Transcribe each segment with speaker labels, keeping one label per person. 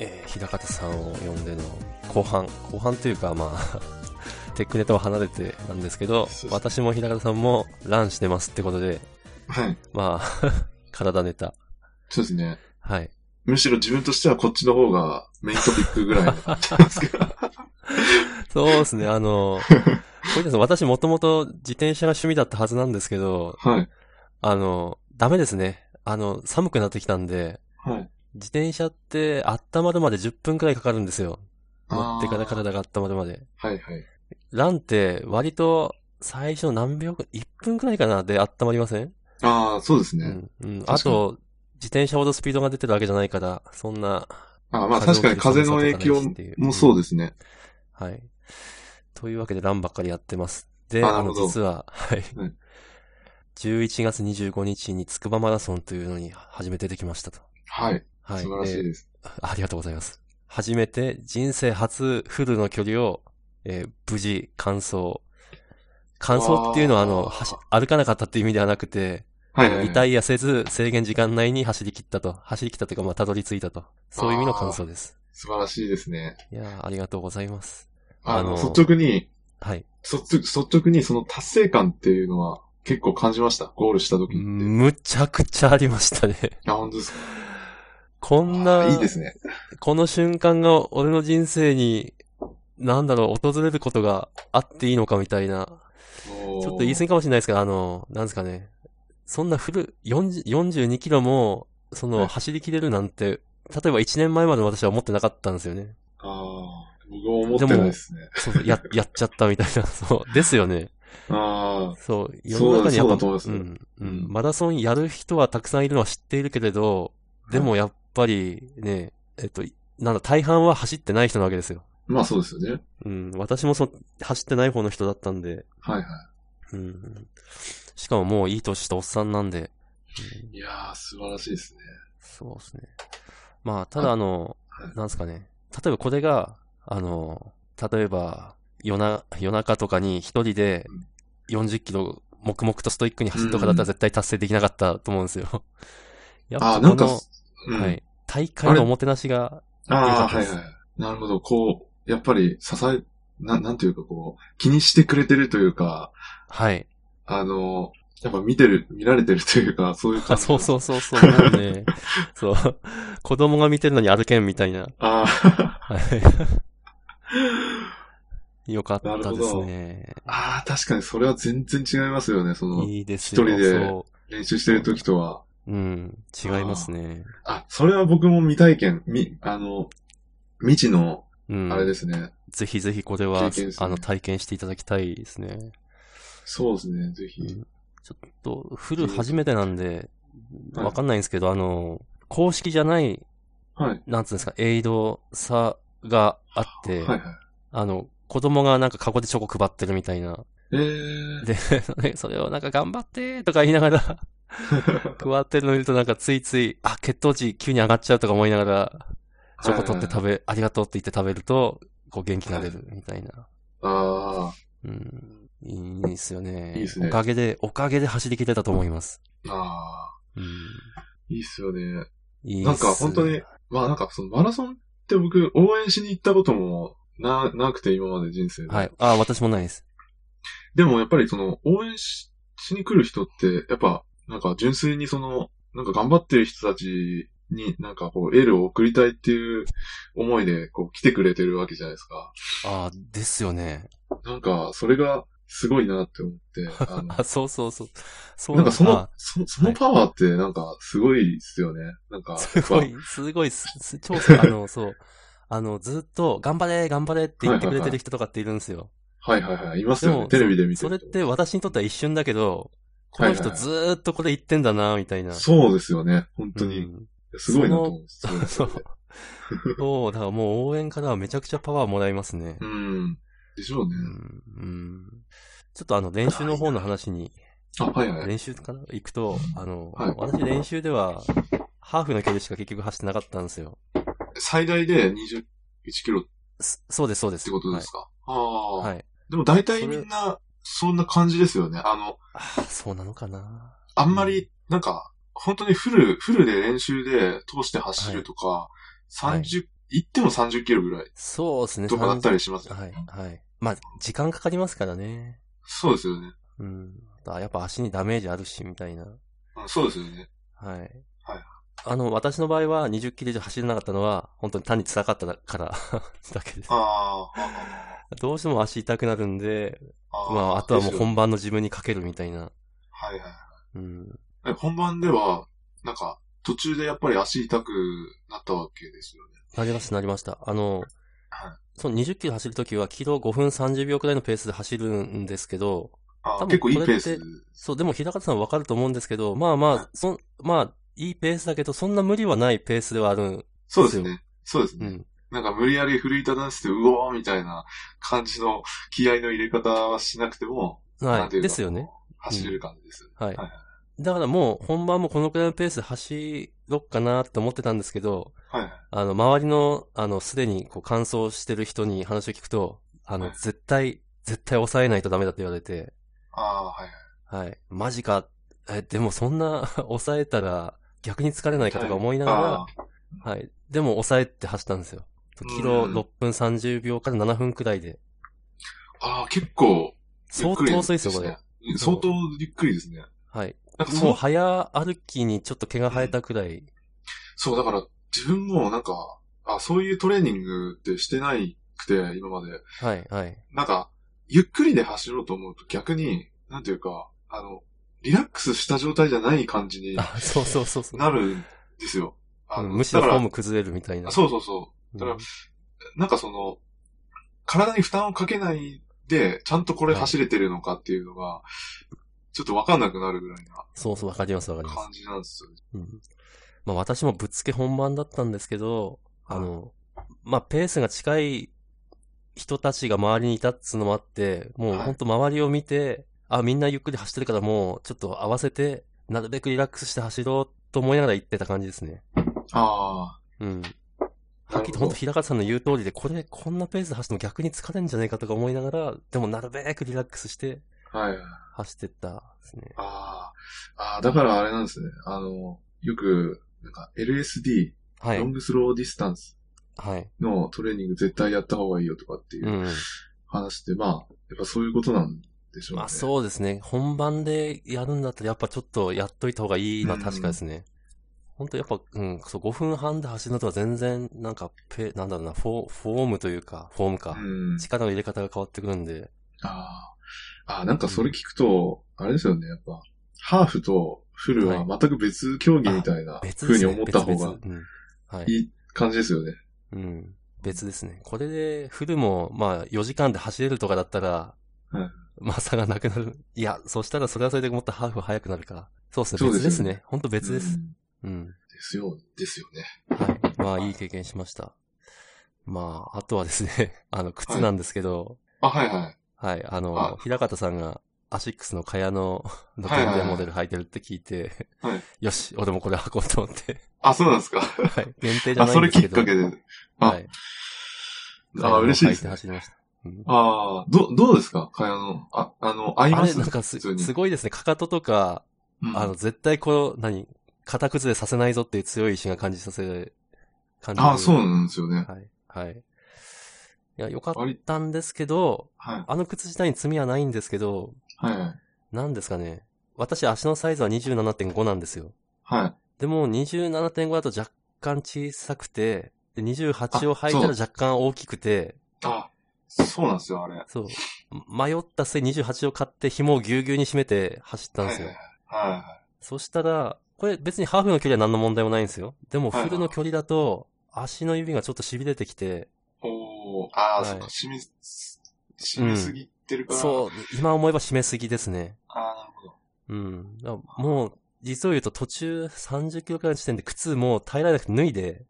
Speaker 1: えー日高手さんを呼んでの後半、後半というかまあ、 テックネタは離れてなんですけど、私も日高手さんもランしてますってことで、
Speaker 2: はい。
Speaker 1: まあ、 体ネタ。
Speaker 2: そうですね。
Speaker 1: はい。
Speaker 2: むしろ自分としてはこっちの方がメイントピック ぐらいになってますけど。
Speaker 1: そうですね、あの、小池さん、私もともと自転車が趣味だったはずなんですけど、
Speaker 2: はい。
Speaker 1: あの、ダメですね。あの、寒くなってきたんで、
Speaker 2: はい。
Speaker 1: 自転車って温まるまで10分くらいかかるんですよ。乗ってから体が温まるまで。
Speaker 2: あー。はいはい。
Speaker 1: ランって割と最初の何秒か、1分くらいかなで温まりません、
Speaker 2: ああ、そうですね。
Speaker 1: うん。うん。
Speaker 2: 確かに
Speaker 1: あと、自転車ほどスピードが出てるわけじゃないから、そんな、
Speaker 2: ああ、まあ確かに風の影響もそうですね。
Speaker 1: はい。というわけでランばっかりやってます。で、
Speaker 2: あ
Speaker 1: あ
Speaker 2: なる
Speaker 1: の、
Speaker 2: ほど
Speaker 1: 実は、はい。
Speaker 2: うん
Speaker 1: 11月25日につくばマラソンというのに初めて出てきましたと。
Speaker 2: はい。
Speaker 1: はい。
Speaker 2: 素晴らしい
Speaker 1: で
Speaker 2: です。
Speaker 1: ありがとうございます。初めて人生初フルの距離を、えー無事完走。完走っていうのは、あの、
Speaker 2: あー
Speaker 1: 走歩かなかったっていう意味ではなくて、
Speaker 2: はいはい、はい。
Speaker 1: リタイアせず制限時間内に走り切ったと。走り切ったというか、まあ、たどり着いたと。そういう意味の感想です。
Speaker 2: 素晴らしいですね。
Speaker 1: いやーありがとうございます。
Speaker 2: あ
Speaker 1: あ
Speaker 2: の、
Speaker 1: の
Speaker 2: 率直に、
Speaker 1: はい。
Speaker 2: 率直率直にその達成感っていうのは結構感じました。ゴールした時って。
Speaker 1: むちゃくちゃありましたね。
Speaker 2: あ、本当ですか。
Speaker 1: こんな
Speaker 2: あ、いいですね。
Speaker 1: この瞬間が俺の人生に、なんだろう、訪れることがあっていいのかみたいな。
Speaker 2: ちょ
Speaker 1: ちょっと言い過ぎかもしれないですけど、あの、なんですかね。そんなフル、40 42キロも、そ
Speaker 2: は
Speaker 1: の、
Speaker 2: い
Speaker 1: 走り切れるなんて、例えば1年前まで私は思ってなかったんですよね。
Speaker 2: ああ、僕も思ってないですね。
Speaker 1: そうそうや、やっちゃったみたいな、 そう、ですよね。
Speaker 2: あ
Speaker 1: そう、世
Speaker 2: そう
Speaker 1: の中にやっ
Speaker 2: そうだ
Speaker 1: ぱ、
Speaker 2: と思います
Speaker 1: ん、う
Speaker 2: うん
Speaker 1: ん、マラソンやる人はたくさんいるのは知っているけれど、でもやっぱりね、えっと、なんだ、大半は走ってない人なわけですよ。
Speaker 2: あ、まあそうですよね。
Speaker 1: うん、私もそ、走ってない方の人だったんで、
Speaker 2: はいはい。
Speaker 1: うん。しかももういい年したおっさんなんで、
Speaker 2: いやー、素晴らしいですね。
Speaker 1: そうですね。まあ、ただあの
Speaker 2: は、
Speaker 1: なんですかね。例えばこれが、あの、例えば、夜な、夜中とかに一人で40キロ黙々とストイックに走るとかだったら絶対達成できなかったと思うんですよ。 やっ
Speaker 2: あ
Speaker 1: ぱ
Speaker 2: あ、
Speaker 1: こ
Speaker 2: な
Speaker 1: の、
Speaker 2: んか、うん、
Speaker 1: はい。大会のおもてなしが、
Speaker 2: ああ、
Speaker 1: 良か
Speaker 2: は
Speaker 1: った
Speaker 2: い
Speaker 1: です
Speaker 2: はい。なるほど。こう、やっぱり支え、ななんていうかこう、気にしてくれてるというか、
Speaker 1: はい。
Speaker 2: あの、やっぱ見てる、見られてるというか、そういう
Speaker 1: あ
Speaker 2: 感じ。
Speaker 1: そうそうそうそう、もう ね。そう。子供が見てるのに歩けんみたいな。
Speaker 2: ああ、
Speaker 1: はい。よかったですね。
Speaker 2: ああ、確かにそれは全然違いますよね、その、
Speaker 1: いいですよ。
Speaker 2: 一人で
Speaker 1: そ
Speaker 2: 練習してる時とは。
Speaker 1: う。うん。違いますね。
Speaker 2: あ、それは僕も未体験、み、あの、未知の、
Speaker 1: うん。
Speaker 2: あれですね。
Speaker 1: ぜひぜひこれは、
Speaker 2: 経験ですね
Speaker 1: あの、体験していただきたいですね。
Speaker 2: そうですね、ぜひ。
Speaker 1: うんちょっと、フル初めてなんで、
Speaker 2: はい
Speaker 1: わかんないんですけど、あの、公式じゃない、
Speaker 2: はい。
Speaker 1: なんつうんですか、エイドさがあって、
Speaker 2: はいはい。
Speaker 1: あの、子供がなんかカゴでチョコ配ってるみたいな。
Speaker 2: えー。
Speaker 1: で、 それをなんか頑張ってとか言いなが ら、配ってるの見るとなんかついつい、あ、血糖値急に上がっちゃうとか思いながら、チョコ取って食べ、ありがとうって言って食べると、こう元気が出るみたいな。
Speaker 2: あ
Speaker 1: うん。いいですよね。
Speaker 2: いいっすね
Speaker 1: おかげで、おかげで走り切れたと思います。
Speaker 2: あ、ああ、
Speaker 1: うん。
Speaker 2: いいっすよね。
Speaker 1: いいっす
Speaker 2: なんか本当に。、まあなんかそのマラソンって僕応援しに行ったこともな、なくて今まで人生で。
Speaker 1: はい。あ、私もないです。
Speaker 2: でもやっぱりその応援ししに来る人って、やっぱなんか純粋にその、なんか頑張ってる人たちになんかこうエールを送りたいっていう思いでこう来てくれてるわけじゃないですか。
Speaker 1: あですよね。
Speaker 2: なんかそれがすごいなって思って、 あの
Speaker 1: あ、そうそうそう。そう
Speaker 2: なんかその
Speaker 1: あ、
Speaker 2: そそのパワーってなんかすごいっすよね。なんか、
Speaker 1: すごい、すごい、すす超す、あの、そう。あの、ずっと、頑張れ、頑張れって言ってくれてる人とかっているんですよ。
Speaker 2: はいはいはい。います
Speaker 1: で
Speaker 2: よね
Speaker 1: も。、
Speaker 2: テレビで見て
Speaker 1: そ
Speaker 2: る
Speaker 1: れっ
Speaker 2: と
Speaker 1: て私にとっては一瞬だけど、この
Speaker 2: はい
Speaker 1: 人
Speaker 2: はい
Speaker 1: ずーっとこれ言ってんだな、みたいな。
Speaker 2: そうですよね。本当
Speaker 1: う
Speaker 2: に。
Speaker 1: ん
Speaker 2: すごいなと思う。すごいなと
Speaker 1: そ
Speaker 2: 思
Speaker 1: う。そう、だからもう応援からはめちゃくちゃパワーもらいますね。
Speaker 2: う。うん。でしょうね
Speaker 1: う。んうんちょっとあの練習の方の話に、
Speaker 2: あ、はいはい。
Speaker 1: 練習かな行くと、あの、
Speaker 2: はい
Speaker 1: 私練習では、ハーフの距離しか結局走ってなかったんですよ。
Speaker 2: 最大で21キロっ
Speaker 1: すそうです、そうです。
Speaker 2: てことですか、ああ、
Speaker 1: はい。はい。
Speaker 2: でも大体
Speaker 1: そ
Speaker 2: み
Speaker 1: れ
Speaker 2: んな、そんな感じですよね。あの、
Speaker 1: あーそうなのかな
Speaker 2: あんまり、なんか、本当にフル、フルで練習で通して走るとか、
Speaker 1: はい
Speaker 2: 30、行っても30キロぐらい
Speaker 1: そうですね。
Speaker 2: とかだったりします
Speaker 1: 30
Speaker 2: よね
Speaker 1: はい、はい。まあ、時間かかりますからね。
Speaker 2: そうですよね。
Speaker 1: うん。あやっぱ足にダメージあるし、みたいな。
Speaker 2: うんそうですよね。
Speaker 1: はい。
Speaker 2: はい
Speaker 1: あの、私の場合は20キロ以上走れなかったのは、本当に単に辛かったから だけです。
Speaker 2: あー
Speaker 1: どうしても足痛くなるんで、
Speaker 2: あー。
Speaker 1: まあ、あとはもう
Speaker 2: ですよね
Speaker 1: 本番の自分にかけるみたいな。
Speaker 2: はいはい。
Speaker 1: うん。
Speaker 2: え本番では、なんか、途中でやっぱり足痛くなったわけですよね。
Speaker 1: なりました、なりました。あの
Speaker 2: はい、
Speaker 1: その20キロ走るときは、キロ5分30秒くらいのペースで走るんですけど、多
Speaker 2: あー
Speaker 1: 分
Speaker 2: 結構いいペー
Speaker 1: これっ
Speaker 2: ス
Speaker 1: て。そう、でも、平方さんわかると思うんですけど、まあまあ、そん、まあ、いいペースだけど、そんな無理はないペースではある。
Speaker 2: そうですね。そうです
Speaker 1: う
Speaker 2: ね。
Speaker 1: ん。
Speaker 2: なんか無理やり奮い立たせて、うおーみたいな感じの気合の入れ方はしなくても、な
Speaker 1: は
Speaker 2: んてい
Speaker 1: い。
Speaker 2: うか
Speaker 1: ですよね。。
Speaker 2: 走れる感じですよね。
Speaker 1: はい
Speaker 2: はい。
Speaker 1: だからもう、本番もこのくらいのペースで走ろっかなって思ってたんですけど、
Speaker 2: はいはい。
Speaker 1: あの、周りの、あの、すでに、こう、乾燥してる人に話を聞くと、あの、
Speaker 2: はい
Speaker 1: 絶対、絶対抑えないとダメだって言われて、
Speaker 2: ああー、はいはい。
Speaker 1: はい。マジか。え、でもそんな、 抑えたら、逆に疲れないかとか思いなが
Speaker 2: あ
Speaker 1: ら、はい。でも、抑えて走ったんですよ。キロ
Speaker 2: うん
Speaker 1: 6分30秒から7分くらいで。
Speaker 2: ああー、結構、ゆ
Speaker 1: 相
Speaker 2: っくり
Speaker 1: 当遅いですよ、これ。。
Speaker 2: うん相当ゆっくりですね。
Speaker 1: はい。
Speaker 2: なんかそ
Speaker 1: もう、
Speaker 2: の、
Speaker 1: 早歩きにちょっと毛が生えたくらい。
Speaker 2: そう、だから自分もなんか、あそういうトレーニングってしてないくて、今まで。
Speaker 1: はい、はい。
Speaker 2: なんか、ゆっくりで走ろうと思うと逆に、なんていうか、あの、リラックスした状態じゃない感じに
Speaker 1: あ、そうそうそうそう。
Speaker 2: なるんですよ。あ
Speaker 1: う
Speaker 2: の
Speaker 1: んむしろフォ
Speaker 2: だ
Speaker 1: ー
Speaker 2: から
Speaker 1: ム崩れるみたいな。
Speaker 2: そうそうそ
Speaker 1: う
Speaker 2: う。
Speaker 1: ん
Speaker 2: だからなんかその、体に負担をかけないで、ちゃんとこれ走れてるのかっていうのが、ちょっとわかんなくなるぐらいな
Speaker 1: そうそう、わかります、わかります。
Speaker 2: 感じなんですよね。
Speaker 1: うん。まあ私もぶっつけ本番だったんですけど、
Speaker 2: は
Speaker 1: あ
Speaker 2: い
Speaker 1: の、まあペースが近い人たちが周りにいたっつうのもあって、もう
Speaker 2: はい
Speaker 1: ほんと周りを見て、あ、みんなゆっくり走ってるからもうちょっと合わせて、なるべくリラックスして走ろうと思いながら行ってた感じですね。
Speaker 2: あ
Speaker 1: うん。
Speaker 2: あ。
Speaker 1: はっきりとほんと平方さんの言う通りで、これ、こんなペースで走っても逆に疲れんじゃないかとか思いながら、でもなるべくリラックスして
Speaker 2: はい。
Speaker 1: 走ってったですね。
Speaker 2: ああ。ああ、だからあれなんですね。あの、よく、なんか LSD、
Speaker 1: はい
Speaker 2: ロン。グスローディスタンス
Speaker 1: はい。。
Speaker 2: のトレーニング絶対やった方がいいよとかっていううん話って、まあ、やっぱそういうことなんでしょうね。
Speaker 1: まあそうですね。本番でやるんだったらやっぱちょっとやっといた方がいいのは確かですね。本当やっぱ、うん、そう、5分半で走るのとは全然、なんか、ペ、なんだろうな、フォー、フォームというか、フォームか。
Speaker 2: うん。
Speaker 1: 力の入れ方が変わってくるんで。
Speaker 2: ああ。ああ、なんかそれ聞くと、あれですよね、やっぱ、ハーフとフルは全く別競技みたいな
Speaker 1: 別で
Speaker 2: 風
Speaker 1: す
Speaker 2: に
Speaker 1: ね。
Speaker 2: 思った方が
Speaker 1: 別々うん。はいい。
Speaker 2: い感じですよね。
Speaker 1: うん。別ですね。これで、フルも、まあ、4時間で走れるとかだったら、
Speaker 2: はい
Speaker 1: まあ、差がなくなる。いや、そしたらそれはそれでもっとハーフ早くなるか。そうです
Speaker 2: そ
Speaker 1: ね。
Speaker 2: うです
Speaker 1: 別
Speaker 2: よね
Speaker 1: ですね。本当別で
Speaker 2: う
Speaker 1: す。
Speaker 2: ん
Speaker 1: うん
Speaker 2: ですよ、ですよね。
Speaker 1: はい。まあ、いい経験しました。まあ、あとはですね、 あの、靴なんですけど、
Speaker 2: あ、はいはい。
Speaker 1: はい、あの、
Speaker 2: あ
Speaker 1: 平方さんが、アシックスの蚊帳の、の
Speaker 2: は
Speaker 1: 全
Speaker 2: いはいはい
Speaker 1: 然モデル履いてるって聞いて、
Speaker 2: はい
Speaker 1: よし、俺もこれ履こうと思って、
Speaker 2: あ、そうなんですか。
Speaker 1: はい、限定じゃ
Speaker 2: あ、
Speaker 1: ない
Speaker 2: そ
Speaker 1: んで
Speaker 2: れ
Speaker 1: す
Speaker 2: き
Speaker 1: け
Speaker 2: っ
Speaker 1: ど。
Speaker 2: かけで。あ、
Speaker 1: はい。
Speaker 2: あ嬉しいです
Speaker 1: 蚊帳の。履いて走
Speaker 2: ね
Speaker 1: りました。うん
Speaker 2: ああ、ど、どうですかかやの、あ、あの、合い
Speaker 1: あ
Speaker 2: ま
Speaker 1: れ、
Speaker 2: す
Speaker 1: なんかす
Speaker 2: 普通に
Speaker 1: すごいですね。かかととか、
Speaker 2: うん
Speaker 1: あの、絶対こう、何、型崩れさせないぞっていう強い意志が感じさせる、感じる
Speaker 2: ああ、そうなんですよね。
Speaker 1: はい、はい。いや、よかっ
Speaker 2: 割り、
Speaker 1: たんですけど、
Speaker 2: はい、
Speaker 1: あの靴自体に罪はないんですけど、
Speaker 2: はい、はい。
Speaker 1: なんですかね。私足のサイズは27.5なんですよ。
Speaker 2: はい。
Speaker 1: でも27.5だと若干小さくて、で28を履いた
Speaker 2: あそ
Speaker 1: ら
Speaker 2: う
Speaker 1: 若干大きくて、
Speaker 2: あ、そうなんですよ、あれ。
Speaker 1: そう。迷った末28を買って紐をぎゅうぎゅうに締めて走ったんですよ。
Speaker 2: はいはいはい。
Speaker 1: そしたら、これ別にハーフの距離は何の問題もないんですよ。でも
Speaker 2: はいはい
Speaker 1: フルの距離だと、足の指がちょっと痺れてきて、
Speaker 2: おー、ああ、
Speaker 1: はい
Speaker 2: そっか、締め、締めすぎてるから。
Speaker 1: そう、今思えば締めすぎですね。
Speaker 2: ああ、なるほど。
Speaker 1: うん。だからもう、実を言うと途中30キロくらいの時点で靴もう耐えられなくて脱いで、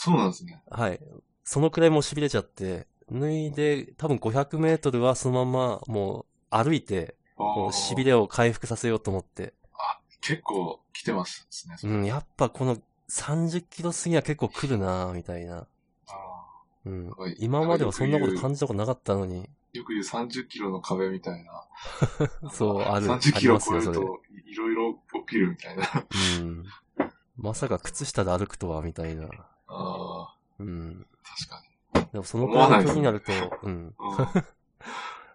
Speaker 2: そうなんですね。
Speaker 1: はい。そのくらいもう痺れちゃって、脱いで、多分500メートルはそのままもう歩いて、こう
Speaker 2: おー
Speaker 1: 痺れを回復させようと思って。
Speaker 2: 結構来てますね。
Speaker 1: う
Speaker 2: あ
Speaker 1: ん、やっぱこの30キロ過ぎは結構来るなぁみたいな。
Speaker 2: あ
Speaker 1: うん
Speaker 2: はい。
Speaker 1: 今まではそんなこと感じたことなかったのに。
Speaker 2: よく言う30キロの壁みたいな。
Speaker 1: そう、ある。
Speaker 2: 30キロ
Speaker 1: ありますよ
Speaker 2: 超える
Speaker 1: それ
Speaker 2: と、いいろいろ起きるみたいな。
Speaker 1: うん。まさか靴下で歩くとは、みたいな。
Speaker 2: ああ。
Speaker 1: うん。
Speaker 2: 確か
Speaker 1: でもそのく
Speaker 2: 思
Speaker 1: ら
Speaker 2: わ
Speaker 1: い
Speaker 2: な
Speaker 1: の
Speaker 2: い
Speaker 1: 距離になると、うん。
Speaker 2: に。うん、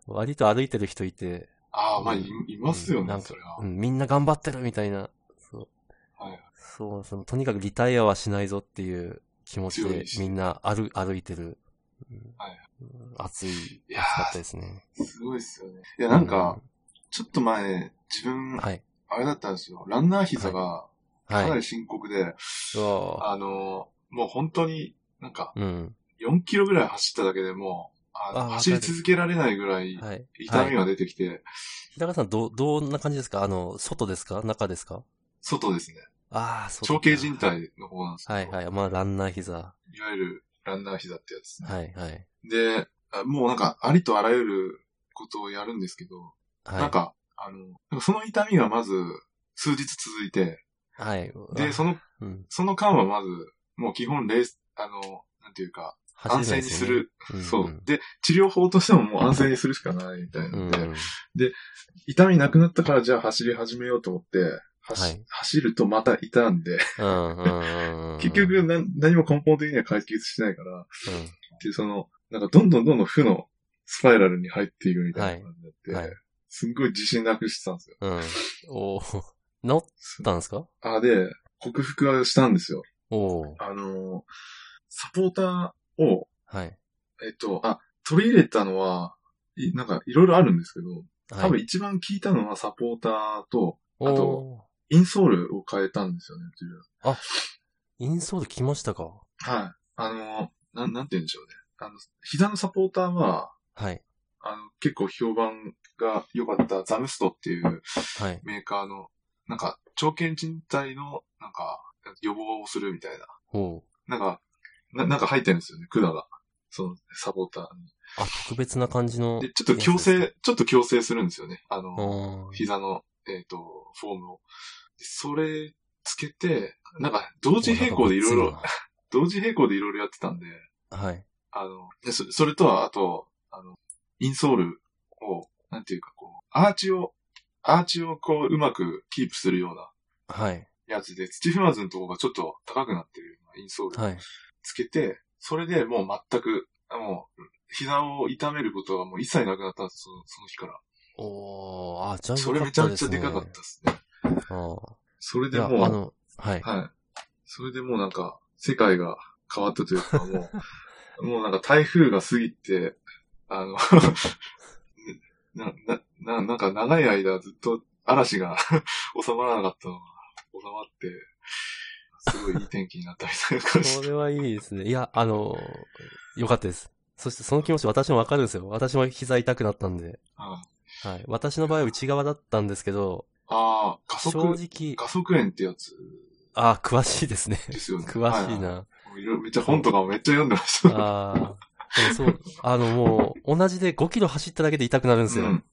Speaker 1: 割と歩いてる人いて、
Speaker 2: あ あ、まあ、い、いますよ
Speaker 1: うんな
Speaker 2: ね、
Speaker 1: んか
Speaker 2: それは
Speaker 1: う。ん、みんな頑張ってるみたいな。そう。
Speaker 2: はい
Speaker 1: そう、その、とにかくリタイアはしないぞっていう気持ち
Speaker 2: 強
Speaker 1: で
Speaker 2: い、し
Speaker 1: みんな歩、歩いてる。うん
Speaker 2: はい
Speaker 1: うん熱い、
Speaker 2: い
Speaker 1: 熱
Speaker 2: やー
Speaker 1: かったですね。
Speaker 2: すごいっすよね。いや、なんか、ちょっと前、自
Speaker 1: うん、
Speaker 2: 分、
Speaker 1: はい。
Speaker 2: あれだったんですよ。ランナー膝が、かな
Speaker 1: はい。
Speaker 2: り深刻で、
Speaker 1: そ
Speaker 2: あの、もう本当に、なんか、
Speaker 1: う。うん。
Speaker 2: 4キロぐらい走っただけでもう、あの
Speaker 1: あー
Speaker 2: 走り
Speaker 1: わかる
Speaker 2: 続けられないぐらい、
Speaker 1: はい。
Speaker 2: 痛み
Speaker 1: は
Speaker 2: が
Speaker 1: い。
Speaker 2: 出てきて、
Speaker 1: 平川さん、どう、どんな感じですかあの、外ですか中ですか
Speaker 2: 外ですね。
Speaker 1: ああ、そう。
Speaker 2: 長径人。体の方なんですけど、
Speaker 1: はいはい。まあ、ランナー膝。
Speaker 2: いわゆるランナー膝ってやつですね。
Speaker 1: はいはい。
Speaker 2: で、あもうなんか、ありとあらゆることをやるんですけど、
Speaker 1: はい。
Speaker 2: なんか、あの、なんかその痛みがまず、数日続いて、
Speaker 1: はい。
Speaker 2: で、その、
Speaker 1: の、うん。
Speaker 2: その間はまず、もう基本レース、あの、なんていうか、安静にする。
Speaker 1: 走れないです
Speaker 2: そ
Speaker 1: よね。
Speaker 2: う。で、治療法としてももう安静にするしかないみたいな
Speaker 1: うん。
Speaker 2: の
Speaker 1: う
Speaker 2: で、
Speaker 1: ん。
Speaker 2: 痛みなくなったからじゃあ走り始めようと思って、走
Speaker 1: はい
Speaker 2: 走るとまた痛んで、
Speaker 1: うんうんうんうん。
Speaker 2: 結局な何も根本的には解決してないから、
Speaker 1: うん、
Speaker 2: っていうその、なんかどんどんどんどん負のスパイラルに入っていくみたいな感じになって、
Speaker 1: はいはい
Speaker 2: すんごい自信なくしてたんですよ。
Speaker 1: うん。おー治ったんですか
Speaker 2: あ、で、克服はしたんですよ。
Speaker 1: おー
Speaker 2: あのー、サポーターを、
Speaker 1: はい。
Speaker 2: えっと、あ、取り入れたのは、いなんかいろいろあるんですけど、
Speaker 1: は
Speaker 2: 多
Speaker 1: い。
Speaker 2: 分一番効いたのはサポーターと、
Speaker 1: おー
Speaker 2: あとインソールを変えたんですよね、自分。
Speaker 1: インソール来ましたか
Speaker 2: はい。あの、なん、なんて言うんでしょうね。あの、膝のサポーターは、
Speaker 1: はい。
Speaker 2: あの、結構評判が良かったザムストっていう
Speaker 1: はい。
Speaker 2: メーカーの、なんか、長剣人体の、なんか、予防をするみたいな。
Speaker 1: おー
Speaker 2: なんか、ななんか入ってるんですよね、管が。その、サポーター
Speaker 1: あ、特別な感じの。
Speaker 2: に。で、ちょっと強
Speaker 1: やつです
Speaker 2: 制、ちょっと強制するんですよね。あ
Speaker 1: か。
Speaker 2: の、
Speaker 1: おー
Speaker 2: 膝の、えっ、と、フォームを。でそれ、つけて、なんか、同時並行でいろいろ、。同時並行でいろいろやってたんで、
Speaker 1: はい。
Speaker 2: あの、でそそれとは、あと、あの、インソールを、なんていうかこう、アーチを、アーチをこう、うまくキープするような
Speaker 1: はい。
Speaker 2: やつで、土踏まずのところがちょっと高くなってるようなインソールを
Speaker 1: はい。
Speaker 2: つけて、それでもう全く、あもう、膝を痛めることがもう一切なくなったんです、そのその日から。
Speaker 1: おーあ、じゃあ
Speaker 2: そ
Speaker 1: よ
Speaker 2: れ
Speaker 1: か
Speaker 2: め
Speaker 1: っ
Speaker 2: ちゃ
Speaker 1: た
Speaker 2: め
Speaker 1: で
Speaker 2: ちゃ
Speaker 1: す
Speaker 2: で
Speaker 1: ね。
Speaker 2: かかったですね。
Speaker 1: あ
Speaker 2: それ
Speaker 1: ーい
Speaker 2: で
Speaker 1: や、
Speaker 2: も
Speaker 1: あ
Speaker 2: う、
Speaker 1: の、はい。
Speaker 2: はい。それでもうなんか、世界が変わったというか、も う、もうなんか台風が過ぎて、あの、 な、な、な、なんか長い間ずっと嵐が 収まらなかったのが収まって、すごいいい天気になったみたいな感じ
Speaker 1: こ。れはいいですね。いや、あの、よかったです。そしてその気持ち私もわかるんですよ。私も膝痛くなったんで。
Speaker 2: あ
Speaker 1: はい。私の場合は内側だったんですけど、
Speaker 2: あー、加
Speaker 1: 正
Speaker 2: 速、
Speaker 1: 直、
Speaker 2: 加速炎ってやつ
Speaker 1: あー詳しいですね。
Speaker 2: ですよね。
Speaker 1: 詳しい
Speaker 2: は
Speaker 1: な。
Speaker 2: いはい。いろいろめっちゃ本とかもめっちゃ読んでました。
Speaker 1: ああ。でもそう、あのもう、同じで5キロ走っただけで痛くなるんですよ。
Speaker 2: うん。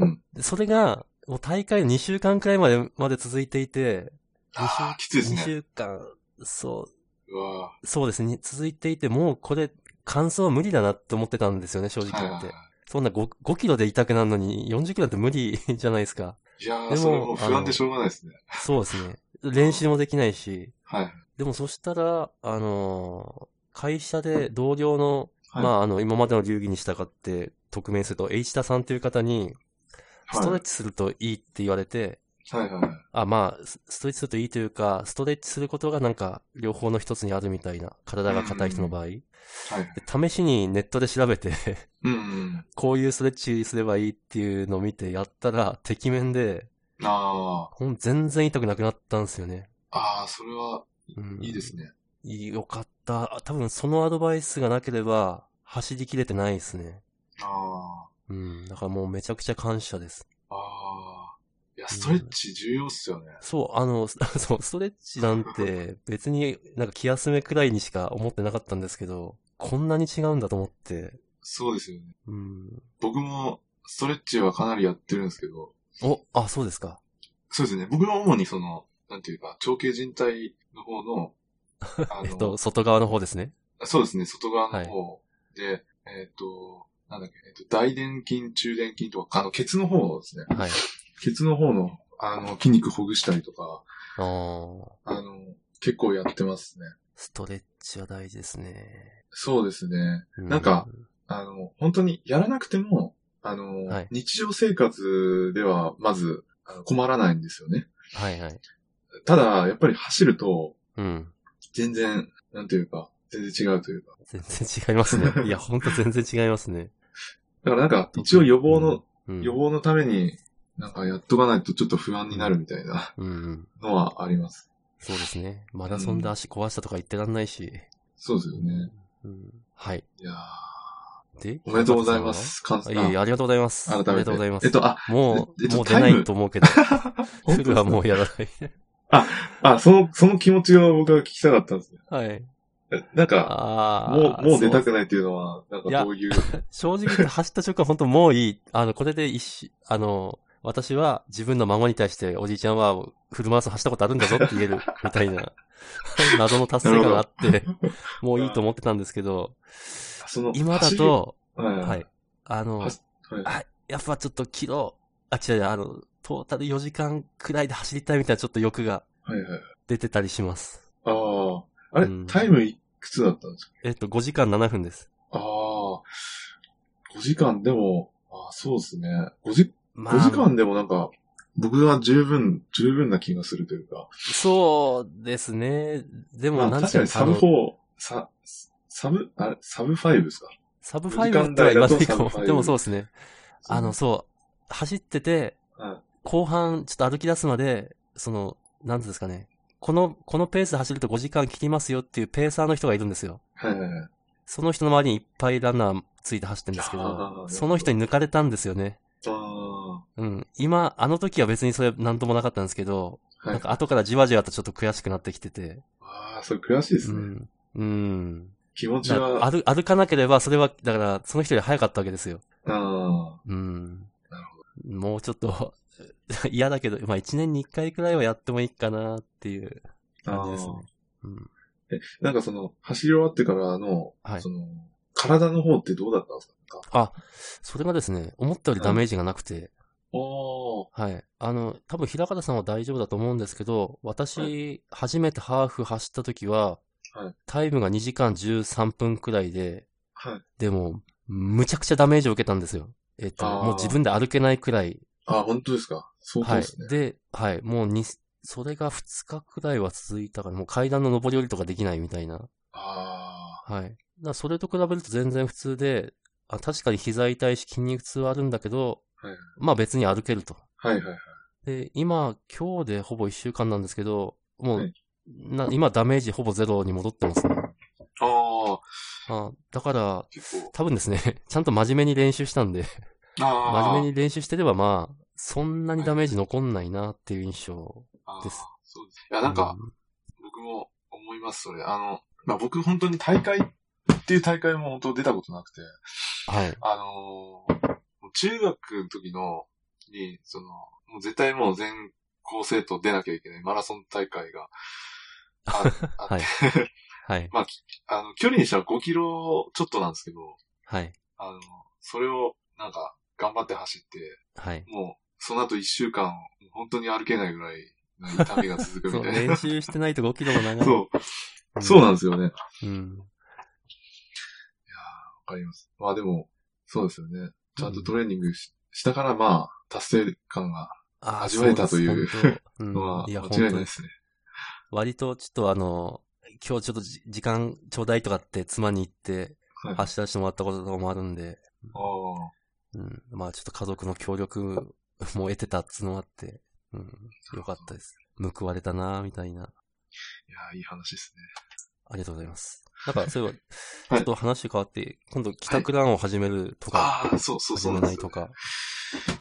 Speaker 2: うん。
Speaker 1: でそれが、もう大会2週間くらいまで、まで続いていて、
Speaker 2: ああ、きついです
Speaker 1: 2
Speaker 2: ね。
Speaker 1: 週間、そう
Speaker 2: わ
Speaker 1: う、そうですね、続いていて、もうこれ、感想は無理だなって思ってたんですよね、正
Speaker 2: ー
Speaker 1: 直
Speaker 2: はい
Speaker 1: 言
Speaker 2: は
Speaker 1: っ
Speaker 2: い
Speaker 1: て。
Speaker 2: はい。
Speaker 1: そんな 5, 5キロで痛くなるのに、40キロって無理じゃないですか。
Speaker 2: いや
Speaker 1: でも
Speaker 2: ー、それもう不安でしょうがないですね。
Speaker 1: そうですね。練習もできないし。
Speaker 2: はい。
Speaker 1: でもそしたら、あのー会社で同僚の、
Speaker 2: はい
Speaker 1: まあ、あの、今までの流儀に従って、匿名すると、H 田さんという方に、ストレッチするといいって言われて、
Speaker 2: はいはいはい。
Speaker 1: あ、まあ、スストレッチするといいというか、ストレッチすることがなんか、両方の一つにあるみたいな、体が硬い人の場合。
Speaker 2: はい。
Speaker 1: で試しにネットで調べて、
Speaker 2: うんうん。
Speaker 1: こういうストレッチすればいいっていうのを見てやったら、てきめんで、
Speaker 2: あ
Speaker 1: ほん全然痛くなくなったんですよね。
Speaker 2: あ、ああ、それは
Speaker 1: うん、
Speaker 2: いいですね。
Speaker 1: いい。よかった。あ多分そのアドバイスがなければ、走りきれてないですね。
Speaker 2: あ
Speaker 1: うん。だからもうめちゃくちゃ感謝です。
Speaker 2: あ、ああ。いや、ストレッチ重要っすよね。
Speaker 1: そう、あの、 そう、ストレッチなんて別になんか気休めくらいにしか思ってなかったんですけど、こんなに違うんだと思って、
Speaker 2: そうですよね。
Speaker 1: うん。
Speaker 2: 僕もストレッチはかなりやってるんですけど、
Speaker 1: お、あ、そうですか。
Speaker 2: そうですね。僕は主にその、なんていうか、長径人体の方の、あの、
Speaker 1: えっと、外側の方ですね。
Speaker 2: そうですね、外側の方で、えっ、と、なんだっけ、えっ、と、大殿筋、中殿筋とか、あの、ケツの方ですね。
Speaker 1: はい。
Speaker 2: ケツの方の、あの、筋肉ほぐしたりとか、
Speaker 1: あー
Speaker 2: あの、結構やってますね。
Speaker 1: ストレッチは大事ですね。
Speaker 2: そうですね。
Speaker 1: う
Speaker 2: なんか、あの、本当にやらなくても、あの、
Speaker 1: はい
Speaker 2: 日常生活ではまずあの困らないんですよね。
Speaker 1: はいはい。
Speaker 2: ただ、やっぱり走ると、
Speaker 1: うん。
Speaker 2: 全然、なんというか、全然違うというか。
Speaker 1: 全然違いますね。いや、ほんと全然違いますね。
Speaker 2: だからなんか、一応予防の、
Speaker 1: うん。
Speaker 2: 予防のために、なんかやっとかないとちょっと不安になるみたいな
Speaker 1: うんうん。
Speaker 2: のはあります。
Speaker 1: そうですね。マラソンで足壊したとか言ってらんないし。
Speaker 2: そうですよね。
Speaker 1: うん。はい。
Speaker 2: いやー
Speaker 1: で、
Speaker 2: おめでとうございます。関
Speaker 1: あ。
Speaker 2: さ
Speaker 1: い
Speaker 2: ん。
Speaker 1: えいえ、ありがとうございます。
Speaker 2: 改めて。
Speaker 1: ありがとうございます。
Speaker 2: えっと、あ、
Speaker 1: もう、
Speaker 2: えっと
Speaker 1: もう
Speaker 2: タ
Speaker 1: 出
Speaker 2: イム
Speaker 1: ないと思うけど、
Speaker 2: 本
Speaker 1: フ
Speaker 2: 当
Speaker 1: ル
Speaker 2: です
Speaker 1: は
Speaker 2: か
Speaker 1: もうやらない。
Speaker 2: あ、その、その気持ちを僕は聞きたかったんですね。
Speaker 1: はい。
Speaker 2: えなんか、
Speaker 1: あ
Speaker 2: も
Speaker 1: あ、
Speaker 2: う、もう出た
Speaker 1: そ
Speaker 2: くないっていうのは、なんか
Speaker 1: いや
Speaker 2: どういう。
Speaker 1: 正直言って走った瞬間本当もういい。あの、これで一し、あの、私は自分の孫に対しておじいちゃんはフルマラソン走ったことあるんだぞって言えるみたいな、 謎の達成感があって、もういいと思ってたんですけど、
Speaker 2: その、
Speaker 1: 今だ
Speaker 2: 走り、は
Speaker 1: と、
Speaker 2: いはい
Speaker 1: はい。あの、
Speaker 2: 走はい
Speaker 1: あやっぱちょっとキロ、あ、違う違う、あの、トータル4時間くらいで走りたいみたいなちょっと欲が
Speaker 2: はいはい。
Speaker 1: 出てたりします。
Speaker 2: ああ。あれ、
Speaker 1: うん
Speaker 2: タイムいくつだったんですか
Speaker 1: えっと、5時間7分です。
Speaker 2: ああ。5時間でも、ああそうですね。5時、
Speaker 1: ま
Speaker 2: 5時間でもなんか、僕は十分、十分な気がするというか。
Speaker 1: そうですね。で
Speaker 2: ま
Speaker 1: も、
Speaker 2: あ
Speaker 1: なん
Speaker 2: 確
Speaker 1: てい
Speaker 2: か
Speaker 1: う
Speaker 2: にサブ
Speaker 1: のあの
Speaker 2: 4、サ、サブ、あれ、サブ5ですか
Speaker 1: サブ
Speaker 2: 時間
Speaker 1: 5っては言わないか
Speaker 2: 台だと
Speaker 1: も
Speaker 2: サブ。ファイブ
Speaker 1: でもそうですね。あの、、そう、走ってて、
Speaker 2: は
Speaker 1: 後半、ちょっと歩き出すまで、その、なんていうんですかね。この、このペースで走ると5時間切りますよっていうペーサーの人がいるんですよ。
Speaker 2: いはいはいはい。
Speaker 1: その人の周りにいっぱいランナーついて走ってるんですけ
Speaker 2: あーなるほ
Speaker 1: ど、
Speaker 2: ど
Speaker 1: その人に抜かれたんですよね。
Speaker 2: あ
Speaker 1: うん。今、あの時は別にそれなんともなかったんですけど、
Speaker 2: あ、は
Speaker 1: ないん。か後からじわじわとちょっと悔しくなってきてて。
Speaker 2: ああ、それ悔しいです
Speaker 1: う
Speaker 2: ね。
Speaker 1: ん。うん。
Speaker 2: 気持ち
Speaker 1: だ
Speaker 2: は、あ
Speaker 1: 歩歩かなければ、それは、だから、その人より早かったわけですよ。
Speaker 2: あ
Speaker 1: うん
Speaker 2: なる。
Speaker 1: もうちょっと、 嫌だけど、まあ一年に一回くらいはやってもいいかなっていう感じですね。うん、
Speaker 2: ー。え、なんかその、走り終わってからの、
Speaker 1: はい
Speaker 2: その、体の方ってどうだったんですかなんか
Speaker 1: あ、それがですね、思ったよりダメージがなくて、
Speaker 2: おー
Speaker 1: はい。あの、多分平方さんは大丈夫だと思うんですけど、私、
Speaker 2: は
Speaker 1: 初めてハーフ走った時は、
Speaker 2: はい
Speaker 1: タイムが2時間13分くらいで、
Speaker 2: はい。
Speaker 1: でも、むちゃくちゃダメージを受けたんですよ。えっ、と、
Speaker 2: あー
Speaker 1: もう自分で歩けないくらい
Speaker 2: あ、本当ですか。そう
Speaker 1: は
Speaker 2: で
Speaker 1: い
Speaker 2: すね。。
Speaker 1: で、はい。もうに、それが2日くらいは続いたから、もう階段の上り下りとかできないみたいな。
Speaker 2: あ
Speaker 1: はい。だからそれと比べると全然普通で、あ確かに膝痛いし筋肉痛はあるんだけど、
Speaker 2: はい
Speaker 1: まあ別に歩けると。
Speaker 2: あ、はいはいはい。
Speaker 1: で、今、今日でほぼ1週間なんですけど、もう、
Speaker 2: はい
Speaker 1: な今ダメージほぼゼロに戻ってますね。
Speaker 2: ああ、
Speaker 1: あだから、
Speaker 2: 結構。
Speaker 1: 多分ですね、 ちゃんと真面目に練習したんで、
Speaker 2: ああ、
Speaker 1: 真面目に練習してればまあ、そんなにダメージ残んないなっていう印象。
Speaker 2: あー
Speaker 1: です
Speaker 2: そうです。いや、なんか、僕も思います、それ。あの、まあ、僕本当に大会っていう大会も本当出たことなくて、
Speaker 1: うん、はい。
Speaker 2: あのー中学の時の、に、その、もう絶対もう全校生徒出なきゃいけないマラソン大会が、あ あって、
Speaker 1: はい。
Speaker 2: まあ、きあの、距離にしたら5キロちょっとなんですけど、
Speaker 1: はい。
Speaker 2: あの、それをなんか頑張って走って、
Speaker 1: はい。
Speaker 2: もうその後1週間、本当に歩けないぐらいの痛みが続く
Speaker 1: そ
Speaker 2: み
Speaker 1: う、
Speaker 2: たいな。
Speaker 1: 練習してないと5キロも長い。
Speaker 2: そう、そうなんですよね。わ
Speaker 1: うん。
Speaker 2: かります。まあでも、そうですよね。ちゃんとトレーニングししたから、まあ、達成感が、
Speaker 1: あー
Speaker 2: 味わえたという
Speaker 1: そうです本当
Speaker 2: の は
Speaker 1: うん、いや、
Speaker 2: 間
Speaker 1: 本当
Speaker 2: 違いない
Speaker 1: で。
Speaker 2: ですすね。
Speaker 1: 割と、ちょっとあの、今日ちょっとじ時間ちょうだいとかって妻に言って
Speaker 2: はい
Speaker 1: 走らせてもらったこととかもあるんで、
Speaker 2: ああ。
Speaker 1: うん。まあちょっと家族の協力も得てたっつのもあって、うん。よかったです。報われたなみたいな。
Speaker 2: いやー、いい話ですね。
Speaker 1: ありがとうございます。なんか、そういえば、
Speaker 2: はい
Speaker 1: ちょっと話変わって、今度帰宅ランを始めるとか、
Speaker 2: ああ、そうそう
Speaker 1: 始
Speaker 2: そう
Speaker 1: め
Speaker 2: なんで
Speaker 1: な
Speaker 2: す
Speaker 1: いと
Speaker 2: よ。
Speaker 1: か。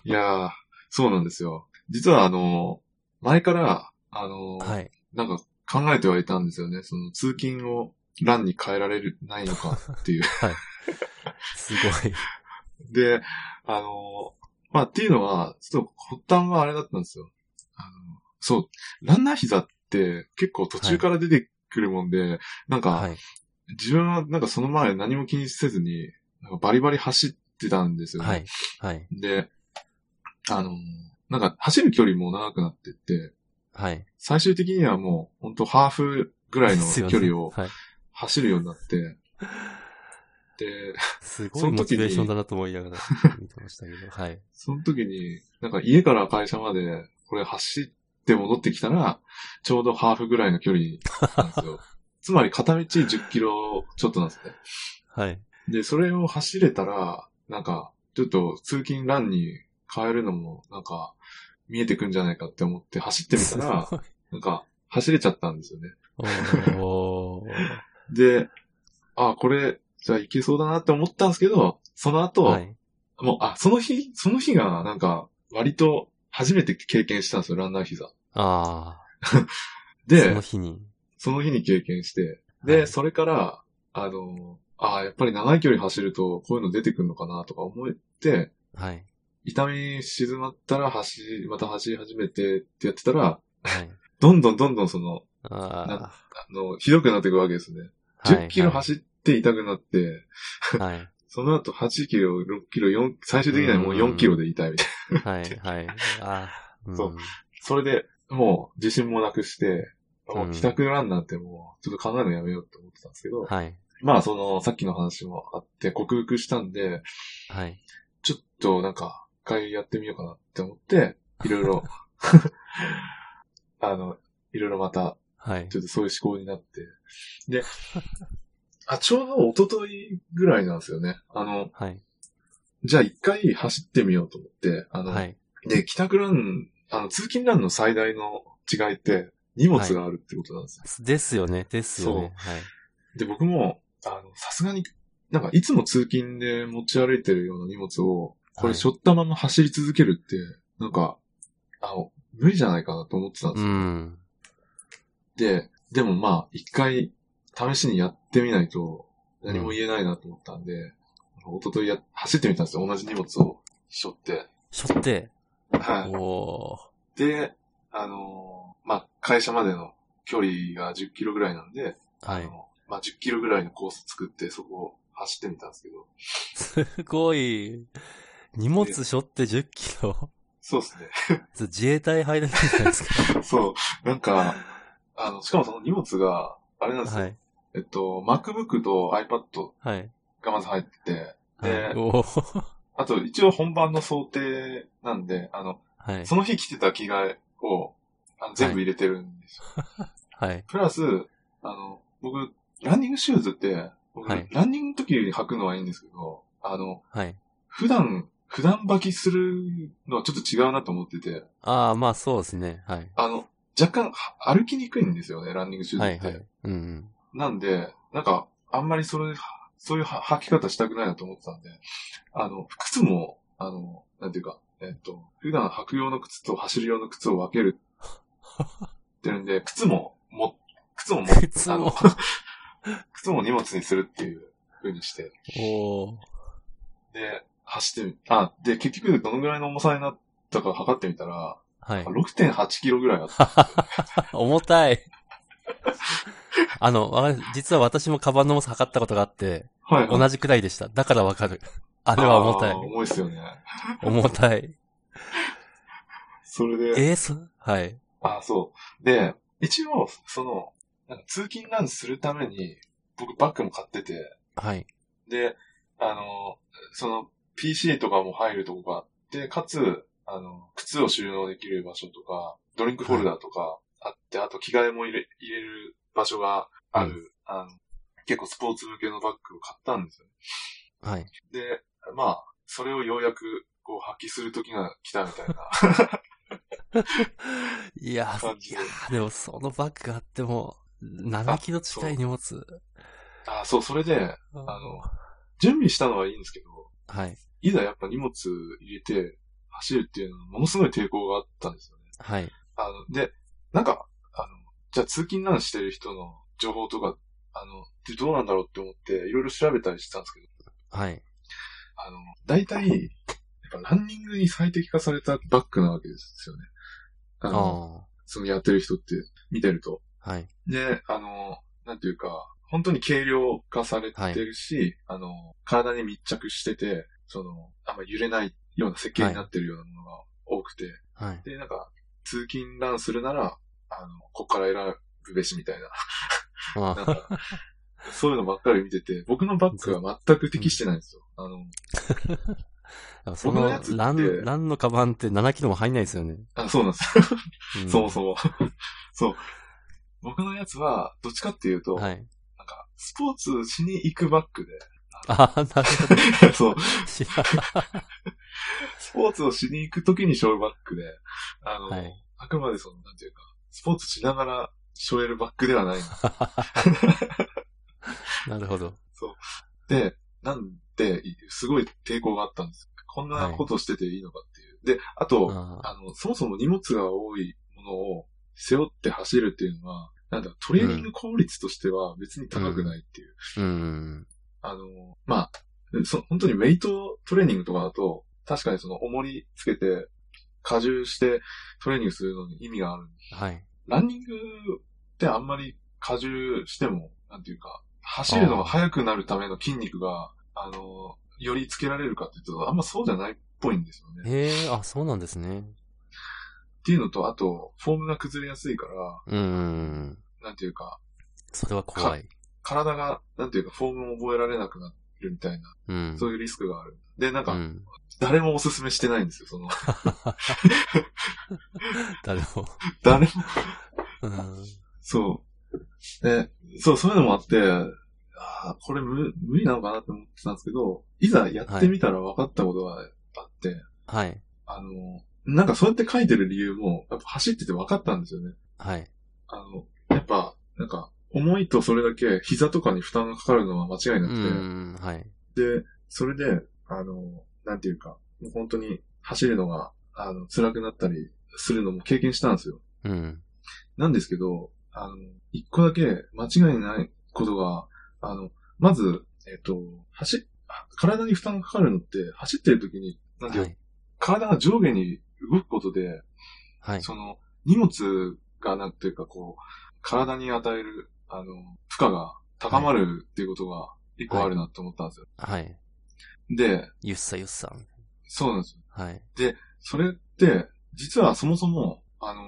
Speaker 2: いやー、そうなんですよ。実はあのー、前から、あのー、
Speaker 1: はい。
Speaker 2: なんか考えてはいたんですよね。その通勤を欄に変えられるないのかって いう。
Speaker 1: すご い。
Speaker 2: で、あのー、まあっていうのは、ちょっと発端はあれだったんですよ。あのそう、ランナー膝って結構途中から出てくるもんで、なんか、
Speaker 1: はい。
Speaker 2: 自分はなんかその前何も気にせずに、なんかバリバリ走ってたんですよね。
Speaker 1: はい。はい。
Speaker 2: で、あの、なんか走る距離も長くなってって、
Speaker 1: はい。
Speaker 2: 最終的にはもう、本当ハーフぐらい の
Speaker 1: ですよね
Speaker 2: 距離を
Speaker 1: はい。
Speaker 2: 走るようになって、で、
Speaker 1: す
Speaker 2: そ
Speaker 1: ごい
Speaker 2: の時に
Speaker 1: モチベーションだなと思いながら 見てましたけど、はい。
Speaker 2: その時に、なんか家から会社まで、これ走って戻ってきたら、ちょうどハーフぐらいの距離なんですよ。つまり片道10キロちょっとなんですね。
Speaker 1: はい。
Speaker 2: で、それを走れたら、なんか、ちょっと通勤ランに変えるのも、なんか、見えてくんじゃないかって思って走ってみたら、
Speaker 1: すごい
Speaker 2: なんか、走れちゃったんですよね。
Speaker 1: おー。
Speaker 2: で、あ、これ、じゃあいけそうだなって思ったんですけど、その後、
Speaker 1: はい。
Speaker 2: もう、あ、その日、その日が、なんか、割と、初めて経験したんですよ、ランナー膝。
Speaker 1: ああ、そ
Speaker 2: で
Speaker 1: の、日に。
Speaker 2: その日に経験して、で、
Speaker 1: はい
Speaker 2: それから、あの、あやっぱり長い距離走ると、こういうの出てくるのかなとか思って、
Speaker 1: はい。
Speaker 2: 痛み静まったら走、また走り始めてってやってたら、
Speaker 1: はい。
Speaker 2: どんどんどんどんその、
Speaker 1: あ
Speaker 2: あの、ひどくなっていくわけですね。
Speaker 1: あ。
Speaker 2: 10キロ走って痛くなって、
Speaker 1: る。はい。
Speaker 2: その後8キロ、6キロ、4、最終的にはもう
Speaker 1: う
Speaker 2: 4
Speaker 1: ん
Speaker 2: キロで痛いみたい な。
Speaker 1: はい、 はい。ああ、。
Speaker 2: そうんそれで、もう自信もなくして、も
Speaker 1: う
Speaker 2: うん帰宅ランナーってもう、ちょっと考えるのやめようって思ってたんですけど、
Speaker 1: はい。
Speaker 2: まあその、さっきの話もあって、克服したんで、
Speaker 1: はい。
Speaker 2: ちょっとなんか、一回やってみようかなって思って、いろい ろ、あの、いろいろまた
Speaker 1: はい
Speaker 2: ち。ょっとそういう思考になって。で、あ、ちょうど一昨日ぐらいなんですよね。あの、
Speaker 1: はい。
Speaker 2: じゃあ一回走ってみようと思って、あの、
Speaker 1: はい。
Speaker 2: で、帰宅ラン、あの、通勤ランの最大の違いって、荷物があるってことなんですよ。
Speaker 1: ですよね、ですよね。はい。
Speaker 2: で、僕も、あの、さすがに、なんかいつも通勤で持ち歩いてるような荷物を、
Speaker 1: は
Speaker 2: これ
Speaker 1: い
Speaker 2: しょったまま走り続けるって、なんか、あの、無理じゃないかなと思ってたんです
Speaker 1: う
Speaker 2: よ。
Speaker 1: ん。
Speaker 2: で、でもまあ、一回、試しにやってみないと、何も言えないなと思ったんで、一昨日や、走ってみたんですよ。同じ荷物を背負って。
Speaker 1: しょって、
Speaker 2: は
Speaker 1: おー。
Speaker 2: い。で、あのーまあ、会社までの距離が10キロぐらいなんで、
Speaker 1: は
Speaker 2: あ
Speaker 1: い。
Speaker 2: のまあ、10キロぐらいのコース作って、そこを走ってみたんですけど、
Speaker 1: すごい。荷物しょって10キロ
Speaker 2: そうですね。
Speaker 1: それ自衛隊入れないじゃないですか。
Speaker 2: そう。なんか、あの、しかもその荷物が、あれなんですよ。
Speaker 1: はい。
Speaker 2: えっと、MacBook と iPad
Speaker 1: はい。
Speaker 2: がまず入ってて、
Speaker 1: はい
Speaker 2: で
Speaker 1: おー。
Speaker 2: あと一応本番の想定なんで、あの、
Speaker 1: はい。
Speaker 2: その日着てた着替えをあの全部入れてるんですよ。
Speaker 1: はい。
Speaker 2: プラス、あの、僕、ランニングシューズって、僕、
Speaker 1: はい
Speaker 2: ランニングの時に履くのはいいんですけど、あの、
Speaker 1: はい。
Speaker 2: 普段、普段履きするのはちょっと違うなと思ってて、
Speaker 1: ああ、まあそうですね。はい。
Speaker 2: あの、若干は歩きにくいんですよね、ランニングシュー
Speaker 1: は
Speaker 2: ズっ
Speaker 1: い、
Speaker 2: て。
Speaker 1: はい。うんうん。
Speaker 2: なんで、なんか、あんまりそれ、そういうは履き方したくないなと思ってたんで、あの、靴も、あの、なんていうか、えっと、普段履く用の靴と走る用の靴を分けるってるんで、靴も、も、靴もも、
Speaker 1: 靴
Speaker 2: あの
Speaker 1: も、
Speaker 2: 靴も荷物にするっていう風にして、
Speaker 1: おー。
Speaker 2: で、走ってみ、あ、で、結局どのぐらいの重さになったか測ってみたら、
Speaker 1: はい。
Speaker 2: 6.8キロぐらいあった。
Speaker 1: 重たい。あの、わか実は私もカバンの重さ測ったことがあって、
Speaker 2: はい、
Speaker 1: 同じくらいでした。だからわかる。あれは重た
Speaker 2: あー
Speaker 1: い。
Speaker 2: 重いっすよね。
Speaker 1: 重たい。
Speaker 2: それで、
Speaker 1: えー、そ、はい。
Speaker 2: あ、そう。で、一応、その、なんか通勤ランするために、僕バッグも買ってて、
Speaker 1: はい。
Speaker 2: で、あの、その、PC とかも入るとこがあって、かつ、あの、靴を収納できる場所とか、ドリンクホルダーとかあって、あと着替えも入れ、入れる場所がある、
Speaker 1: う
Speaker 2: あの、結構スポーツ向けのバッグを買ったんですよ。
Speaker 1: はい。
Speaker 2: で、まあ、それをようやく、こう、発揮する時が来たみたいな。
Speaker 1: いやー、
Speaker 2: 感
Speaker 1: い
Speaker 2: じで
Speaker 1: やーでもそのバッグがあっても、7キロ近い荷物。
Speaker 2: あ、そう、それで、
Speaker 1: あ
Speaker 2: あの、準備したのはいいんですけど、
Speaker 1: はい。
Speaker 2: いざやっぱ荷物入れて走るっていうのはものすごい抵抗があったんですよね。
Speaker 1: はい。
Speaker 2: あの、で、なんか、あの、じゃあ通勤なんしてる人の情報とか、あの、ってどうなんだろうって思っていろいろ調べたりしたんですけど、
Speaker 1: はい。
Speaker 2: あの、大体、やっぱランニングに最適化されたバッグなわけですよね。あ
Speaker 1: あ
Speaker 2: の、
Speaker 1: あ
Speaker 2: そのやってる人って見てると。
Speaker 1: ー。はい。
Speaker 2: で、あの、なんていうか、本当に軽量化されてるし、あの、体に密着してて、その、あんま揺れないような設計になってるようなものが多くて、
Speaker 1: はい。
Speaker 2: で、なんか、通勤ランするなら、あの、こっから選ぶべしみたいな
Speaker 1: あ
Speaker 2: なん
Speaker 1: あ
Speaker 2: か、そういうのばっかり見てて、僕のバッグは全く適してないんですよ。あの、
Speaker 1: でもそ
Speaker 2: 僕
Speaker 1: の
Speaker 2: のやつっ、て
Speaker 1: ラン、ランのカバンって7キロも入んないですよね。
Speaker 2: あ、そうなんです。
Speaker 1: うん
Speaker 2: そもそも。そう。僕のやつは、どっちかっていうと、
Speaker 1: はい。
Speaker 2: なんか、スポーツしに行くバッグ
Speaker 1: ああ、なるほど。
Speaker 2: で、 そう、
Speaker 1: 知ら
Speaker 2: スポーツをしに行くときに背負うバッグで、あの、
Speaker 1: ないはい。
Speaker 2: あくまでその、なんていうか、スポーツしながら背負えるバッグではないの
Speaker 1: なるほど。
Speaker 2: で、なんで、すごい抵抗があったんです。こんなことしてていいのかっていう。で、あと、
Speaker 1: ああ
Speaker 2: あの、そもそも荷物が多いものを背負って走るっていうのは、なんだ、トレーニング効率としては別に高くないっていう。
Speaker 1: うん。
Speaker 2: あの、まあ、そ本当にウェイトトレーニングとかだと、確かにその重りつけて、荷重してトレーニングするのに意味がある。
Speaker 1: はい。
Speaker 2: ランニングってあんまり荷重しても、なんていうか、走るのが速くなるための筋肉が、あの、よりつけられるかっていうと、あんまそうじゃないっぽいんですよね。
Speaker 1: ええあ、そうなんですね。
Speaker 2: っていうのと、あと、フォームが崩れやすいか
Speaker 1: う
Speaker 2: ら、
Speaker 1: ん。
Speaker 2: なんていうか、
Speaker 1: それは怖い。
Speaker 2: 体が、なんていうか、フォームを覚えられなくなるみたいな、
Speaker 1: うん。
Speaker 2: そう
Speaker 1: う
Speaker 2: いうリスクがある。で、なんか、
Speaker 1: ん。
Speaker 2: 誰もおすすめしてないんですよ、その、
Speaker 1: 誰も。
Speaker 2: 誰も、
Speaker 1: うん。
Speaker 2: そう。で、そう、そういうのもあって、あーこれ無無理なのかなって思ってたんですけど、いざやってみたら分かったことがあって、
Speaker 1: はい。
Speaker 2: あの、なんかそうやって書いてる理由も、やっぱ走ってて分かったんですよね。
Speaker 1: はい。
Speaker 2: あの、やっぱ、なんか、重いとそれだけ膝とかに負担がかかるのは間違いうなくて、
Speaker 1: ん。はい。
Speaker 2: で、それで、あの、なんていうか、もう本当に走るのが、あの、辛くなったりするのも経験したんですよ。
Speaker 1: うん。
Speaker 2: なんですけど、あの、一個だけ間違いないことが、あの、まず、えっと、走っ、体に負担がかかるのって、走ってる時に、なんていう
Speaker 1: は
Speaker 2: の、
Speaker 1: い。
Speaker 2: 体が上下に動くことで、
Speaker 1: はい。
Speaker 2: その、荷物がなんていうかこう、体に与える、あの、負荷が高まるっていうことが一個あるなって思ったんですよ。
Speaker 1: はい。
Speaker 2: で、
Speaker 1: ゆっさゆっさ。
Speaker 2: そうなんですよ。
Speaker 1: はい。
Speaker 2: それって、実はそもそも、あの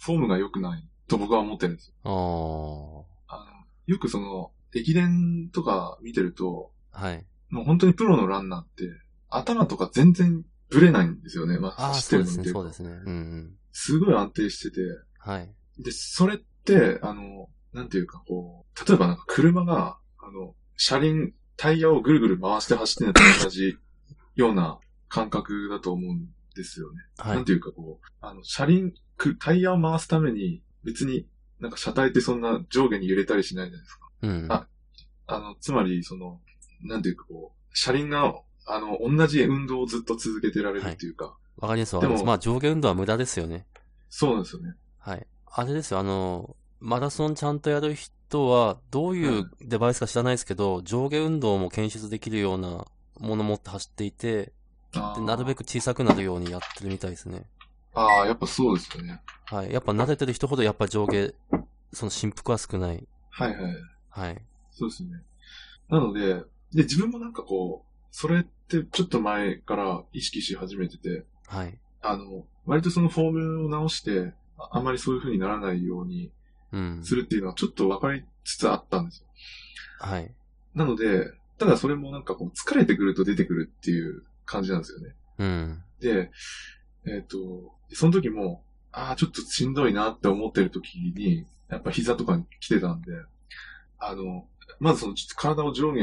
Speaker 2: フォームが良くないと僕は思ってるんですよ
Speaker 1: おー。
Speaker 2: あの、よくその、駅伝とか見てると、
Speaker 1: はい。
Speaker 2: もう本当にプロのランナーって、頭とか全然ブレないんですよね。まあ、
Speaker 1: ああ、
Speaker 2: 走
Speaker 1: そう
Speaker 2: って
Speaker 1: で
Speaker 2: るの
Speaker 1: す
Speaker 2: 見
Speaker 1: ね、
Speaker 2: てる
Speaker 1: そう
Speaker 2: と
Speaker 1: ですね。うんうん。
Speaker 2: すごい安定してて。
Speaker 1: はい。
Speaker 2: で、それって、あの、なんていうかこう、例えばなんか車が、あの、車輪、タイヤをぐるぐる回して走ってるのと同じような感覚だと思うんですよね。
Speaker 1: は
Speaker 2: なん
Speaker 1: い。
Speaker 2: ていうかこう、あの、車輪、くタイヤを回すために、別になんか車体ってそんな上下に揺れたりしないじゃないですか。
Speaker 1: うん。
Speaker 2: ああの、つまり、その、なんていうかこう、車輪が、あの、同じ運動をずっと続けてられるっていうか、
Speaker 1: わかります、わかりま。
Speaker 2: ですも
Speaker 1: まあ、上下運動は無駄ですよね。
Speaker 2: そうなんですよね。
Speaker 1: はい。あれですよ、あの、マラソンちゃんとやる人は、どういうデバイスか知らないですけど、上下運動も検出できるようなもの持って走っていて、
Speaker 2: あ
Speaker 1: でなるべ
Speaker 2: く。
Speaker 1: く小さくなるようにやってるみたいですね。
Speaker 2: ああ、やっぱそうですよね。
Speaker 1: はい。やっぱ慣れてる人ほど、やっぱ上下、その振幅は少ない。
Speaker 2: はいはい。
Speaker 1: はい。
Speaker 2: そうですね。なので、で、自分もなんかこう、それってちょっと前から意識し始めてて、
Speaker 1: はい。
Speaker 2: あの、割とそのフォームを直して、ああんまりそういう風にならないように
Speaker 1: うん。
Speaker 2: するっていうのはちょっと分かりつつあったんですよ。
Speaker 1: はい。
Speaker 2: なので、ただそれもなんかこう、疲れてくると出てくるっていう感じなんですよね。
Speaker 1: うん。
Speaker 2: で、えっ、と、その時も、ああ、ちょっとしんどいなって思ってる時に、やっぱ膝とかに来てたんで、あの、まずそのちょっと体を上下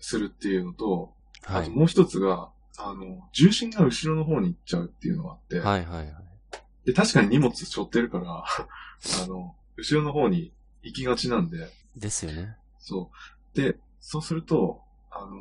Speaker 2: するっていうのと、
Speaker 1: は
Speaker 2: あ
Speaker 1: い。
Speaker 2: ともう一つが、あの、重心が後ろの方に行っちゃうっていうのがあって、
Speaker 1: はい、はい、はい。
Speaker 2: で、確かに荷物背負ってるから、 あの、後ろの方に行きがちなんで、
Speaker 1: ですよね。
Speaker 2: そう。で、そうすると、あの、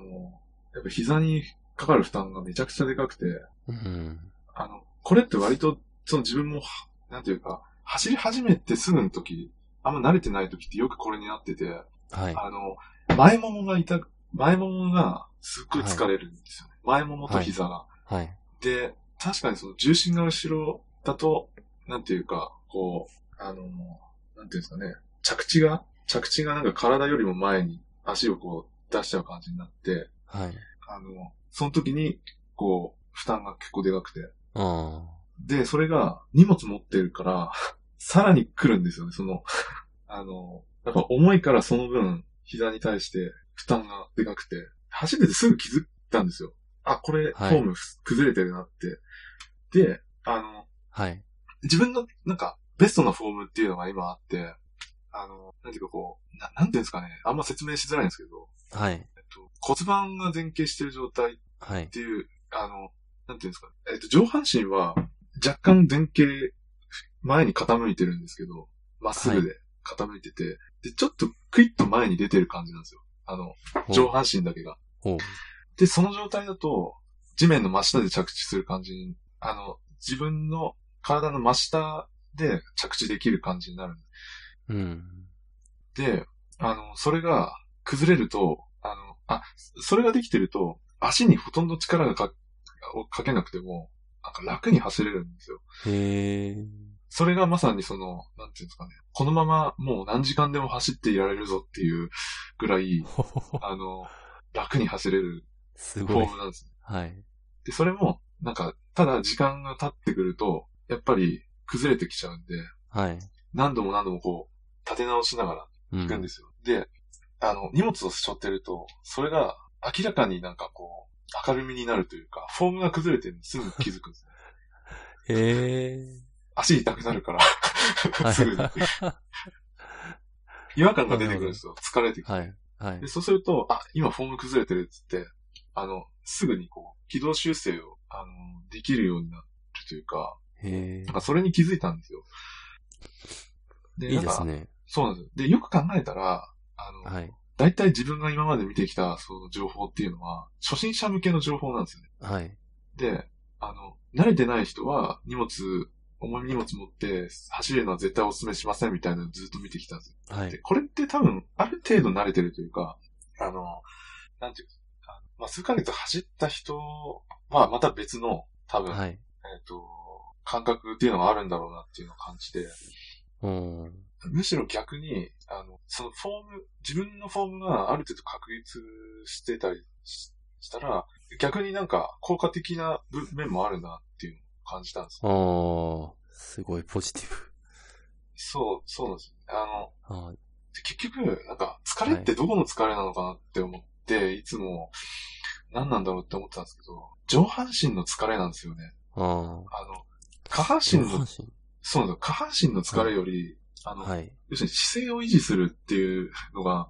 Speaker 2: やっぱ膝にかかる負担がめちゃくちゃでかくて、
Speaker 1: うん。
Speaker 2: あの、これって割と、その自分も、はなんていうか、走り始めてすぐの時、あんま慣れてない時ってよくこれになってて、
Speaker 1: はい。
Speaker 2: あの、前ももが痛く、前ももがすっごい疲れるんですよね。前ももと膝が。
Speaker 1: はい。
Speaker 2: で、確かにその重心が後ろだと、なんていうか、こう、あの、なんていうんですかね、着地が、着地がなんか体よりも前に足をこう出しちゃう感じになって、
Speaker 1: はい。
Speaker 2: あの、その時に、こう、負担が結構でかくて、
Speaker 1: うん。
Speaker 2: で、 それが荷物持ってるから、さらに来るんですよね、その、あの、やっぱ重いからその分、膝に対して負担がでかくて、走っててすぐ気づいたんですよ。あ、これ、フォ
Speaker 1: はい
Speaker 2: ームふ崩れてるなって。で、あの、
Speaker 1: はい。
Speaker 2: 自分の、なんか、ベストなフォームっていうのが今あって、あの、なんていうかこう、ななんていうんですかね、あんま説明しづらいんですけど、
Speaker 1: はい。
Speaker 2: えっと、骨盤が前傾してる状態
Speaker 1: はい
Speaker 2: っ。ていう、あの、なんていうんですかね。えっと、上半身は若干前傾、前に傾いてるんですけど、まっすぐで傾いてて、で、ちょっとクイッと前に出てる感じなんですよ。あの、
Speaker 1: ほう
Speaker 2: 上半身だけが。
Speaker 1: ほう
Speaker 2: で、その状態だと、地面の真下で着地する感じに、あの、自分の体の真下で着地できる感じになる
Speaker 1: うん。
Speaker 2: で、あの、それが崩れると、あの、あ、それができてると、足にほとんど力がか、をかけなくても、なんか楽に走れるんですよ。
Speaker 1: へえ。
Speaker 2: それがまさにその、なんていうんですかね、このままもう何時間でも走っていられるぞっていうぐらい、
Speaker 1: ほほほ
Speaker 2: あの、楽に走れる
Speaker 1: す
Speaker 2: フォ
Speaker 1: ごい
Speaker 2: ーム。なんですね。
Speaker 1: はい。
Speaker 2: で、それも、なんか、ただ時間が経ってくると、やっぱり崩れてきちゃうんで、
Speaker 1: はい。
Speaker 2: 何度も何度もこう、立て直しながら、
Speaker 1: う
Speaker 2: 行くん
Speaker 1: ん
Speaker 2: で。すよ。で、あの、荷物を背負ってると、それが明らかになんかこう、明るみになるというか、フォームが崩れてるのすぐ気づく んですね。
Speaker 1: へえ。
Speaker 2: 足痛くなるから、すぐに。違和感が出てくるんですよ。疲れてく る。
Speaker 1: はい。はい
Speaker 2: で、。そうすると、あ、今フォーム崩れてるっつって、あの、すぐにこう、軌道修正を、あの、できるようになるというか、
Speaker 1: へ
Speaker 2: なんかそれに気づいたんですよ。
Speaker 1: え。い
Speaker 2: で
Speaker 1: い
Speaker 2: なん
Speaker 1: で
Speaker 2: か
Speaker 1: すね。
Speaker 2: そうなんですよ。で、よく考えたら、あの、
Speaker 1: はい。
Speaker 2: 大体自分が今まで見てきたその情報っていうのは、初心者向けの情報なんですよね。
Speaker 1: はい。
Speaker 2: で、あの、慣れてない人は荷物、重い荷物持って走るのは絶対お勧めしませんみたいなのをずっと見てきたんですよ。
Speaker 1: は
Speaker 2: で、
Speaker 1: い。
Speaker 2: これって多分、ある程度慣れてるというか、あの、なんていうか、あのまあ、数ヶ月走った人はまた別の、多分、
Speaker 1: はい。
Speaker 2: えっ、と、感覚っていうのがあるんだろうなっていうのを感じて、
Speaker 1: うん。
Speaker 2: むしろ逆に、あの、そのフォーム、自分のフォームがある程度確立してたりししたら、逆になんか効果的な部面もあるなっていうのを感じたんですよ。
Speaker 1: ああ、すごいポジティブ。
Speaker 2: そう、そうなんですよ。あの、
Speaker 1: あー
Speaker 2: で結局、なんか疲れってどこの疲れなのかなって思って、い、つも何なんだろうって思ってたんですけど、上半身の疲れなんですよね。
Speaker 1: あー。
Speaker 2: あの、下半身
Speaker 1: 上
Speaker 2: の、
Speaker 1: 半
Speaker 2: そうなんですよ。下半身の疲れより、あ
Speaker 1: 身
Speaker 2: の、
Speaker 1: はい。
Speaker 2: 要するに姿勢を維持するっていうのが、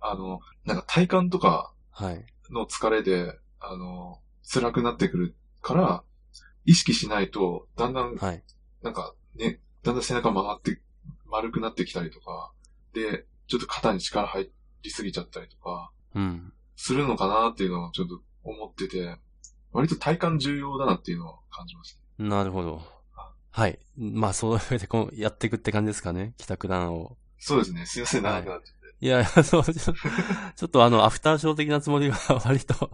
Speaker 2: あの、なんか体幹とか
Speaker 1: はい。
Speaker 2: の疲れで、あの、辛くなってくるから、意識しないと、だんだん、
Speaker 1: はい。
Speaker 2: なんかね、だんだん背中曲がって、丸くなってきたりとか、で、ちょっと肩に力入りすぎちゃったりとか、
Speaker 1: うん。
Speaker 2: するのかなっていうのをちょっと思ってて、割と体幹重要だなっていうのを感じました。
Speaker 1: なるほど。はい。まあ、そういう上でこうやっていくって感じですかね。帰宅団を。
Speaker 2: そうですね。すいません、
Speaker 1: はい
Speaker 2: 長くなっちゃって。
Speaker 1: いや、 そう、ちょちょっとあの、アフターショー的なつもりが 割と、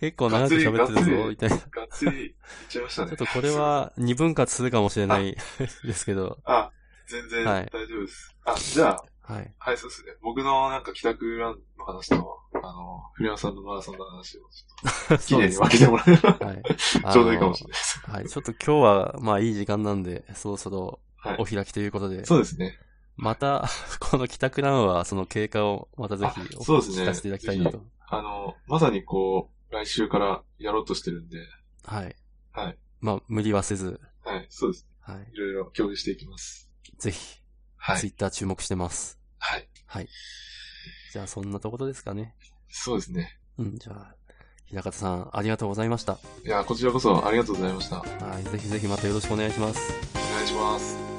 Speaker 1: 結構長く喋ってるぞ、みたいな。ち
Speaker 2: がっつりいっちゃいました
Speaker 1: ょ
Speaker 2: ね。
Speaker 1: っとこれは2分割するかもしれないですけど。
Speaker 2: あ、全然
Speaker 1: はい
Speaker 2: 大丈夫です。 あ、じゃあ、
Speaker 1: はい。
Speaker 2: はい、そうですね。僕のなんか帰宅ランの話と、あの、フリアさんのマラソンの話を、綺
Speaker 1: そう
Speaker 2: 麗
Speaker 1: で
Speaker 2: に
Speaker 1: す
Speaker 2: 分けてもらえれば、
Speaker 1: はい。
Speaker 2: ちょうどいいかもしれないです。
Speaker 1: あのはい。ちょっと今日は、まあいい時間なんで、そろそろ
Speaker 2: はい
Speaker 1: お開きということで、
Speaker 2: そうですね。
Speaker 1: また、 この帰宅ランはその経過をまたぜひお
Speaker 2: あそうですね
Speaker 1: 聞かせていただきたいなと。
Speaker 2: あの、まさにこう、来週からやろうとしてるんで、
Speaker 1: はい。
Speaker 2: はい。
Speaker 1: まあ、無理はせず、
Speaker 2: はい、そうです。
Speaker 1: はい。
Speaker 2: いろいろ共有していきます。
Speaker 1: ぜひ、
Speaker 2: は
Speaker 1: ツイ
Speaker 2: い。
Speaker 1: ッター注目してます。
Speaker 2: はい。
Speaker 1: じゃあ、そんなところですかね。
Speaker 2: そうですね。
Speaker 1: うん、じゃあ、平方さん、ありがとうございました。
Speaker 2: いや、こちらこそありがとうございました。お
Speaker 1: はい、ぜひぜひまたよろしくお願いします。
Speaker 2: 願いします。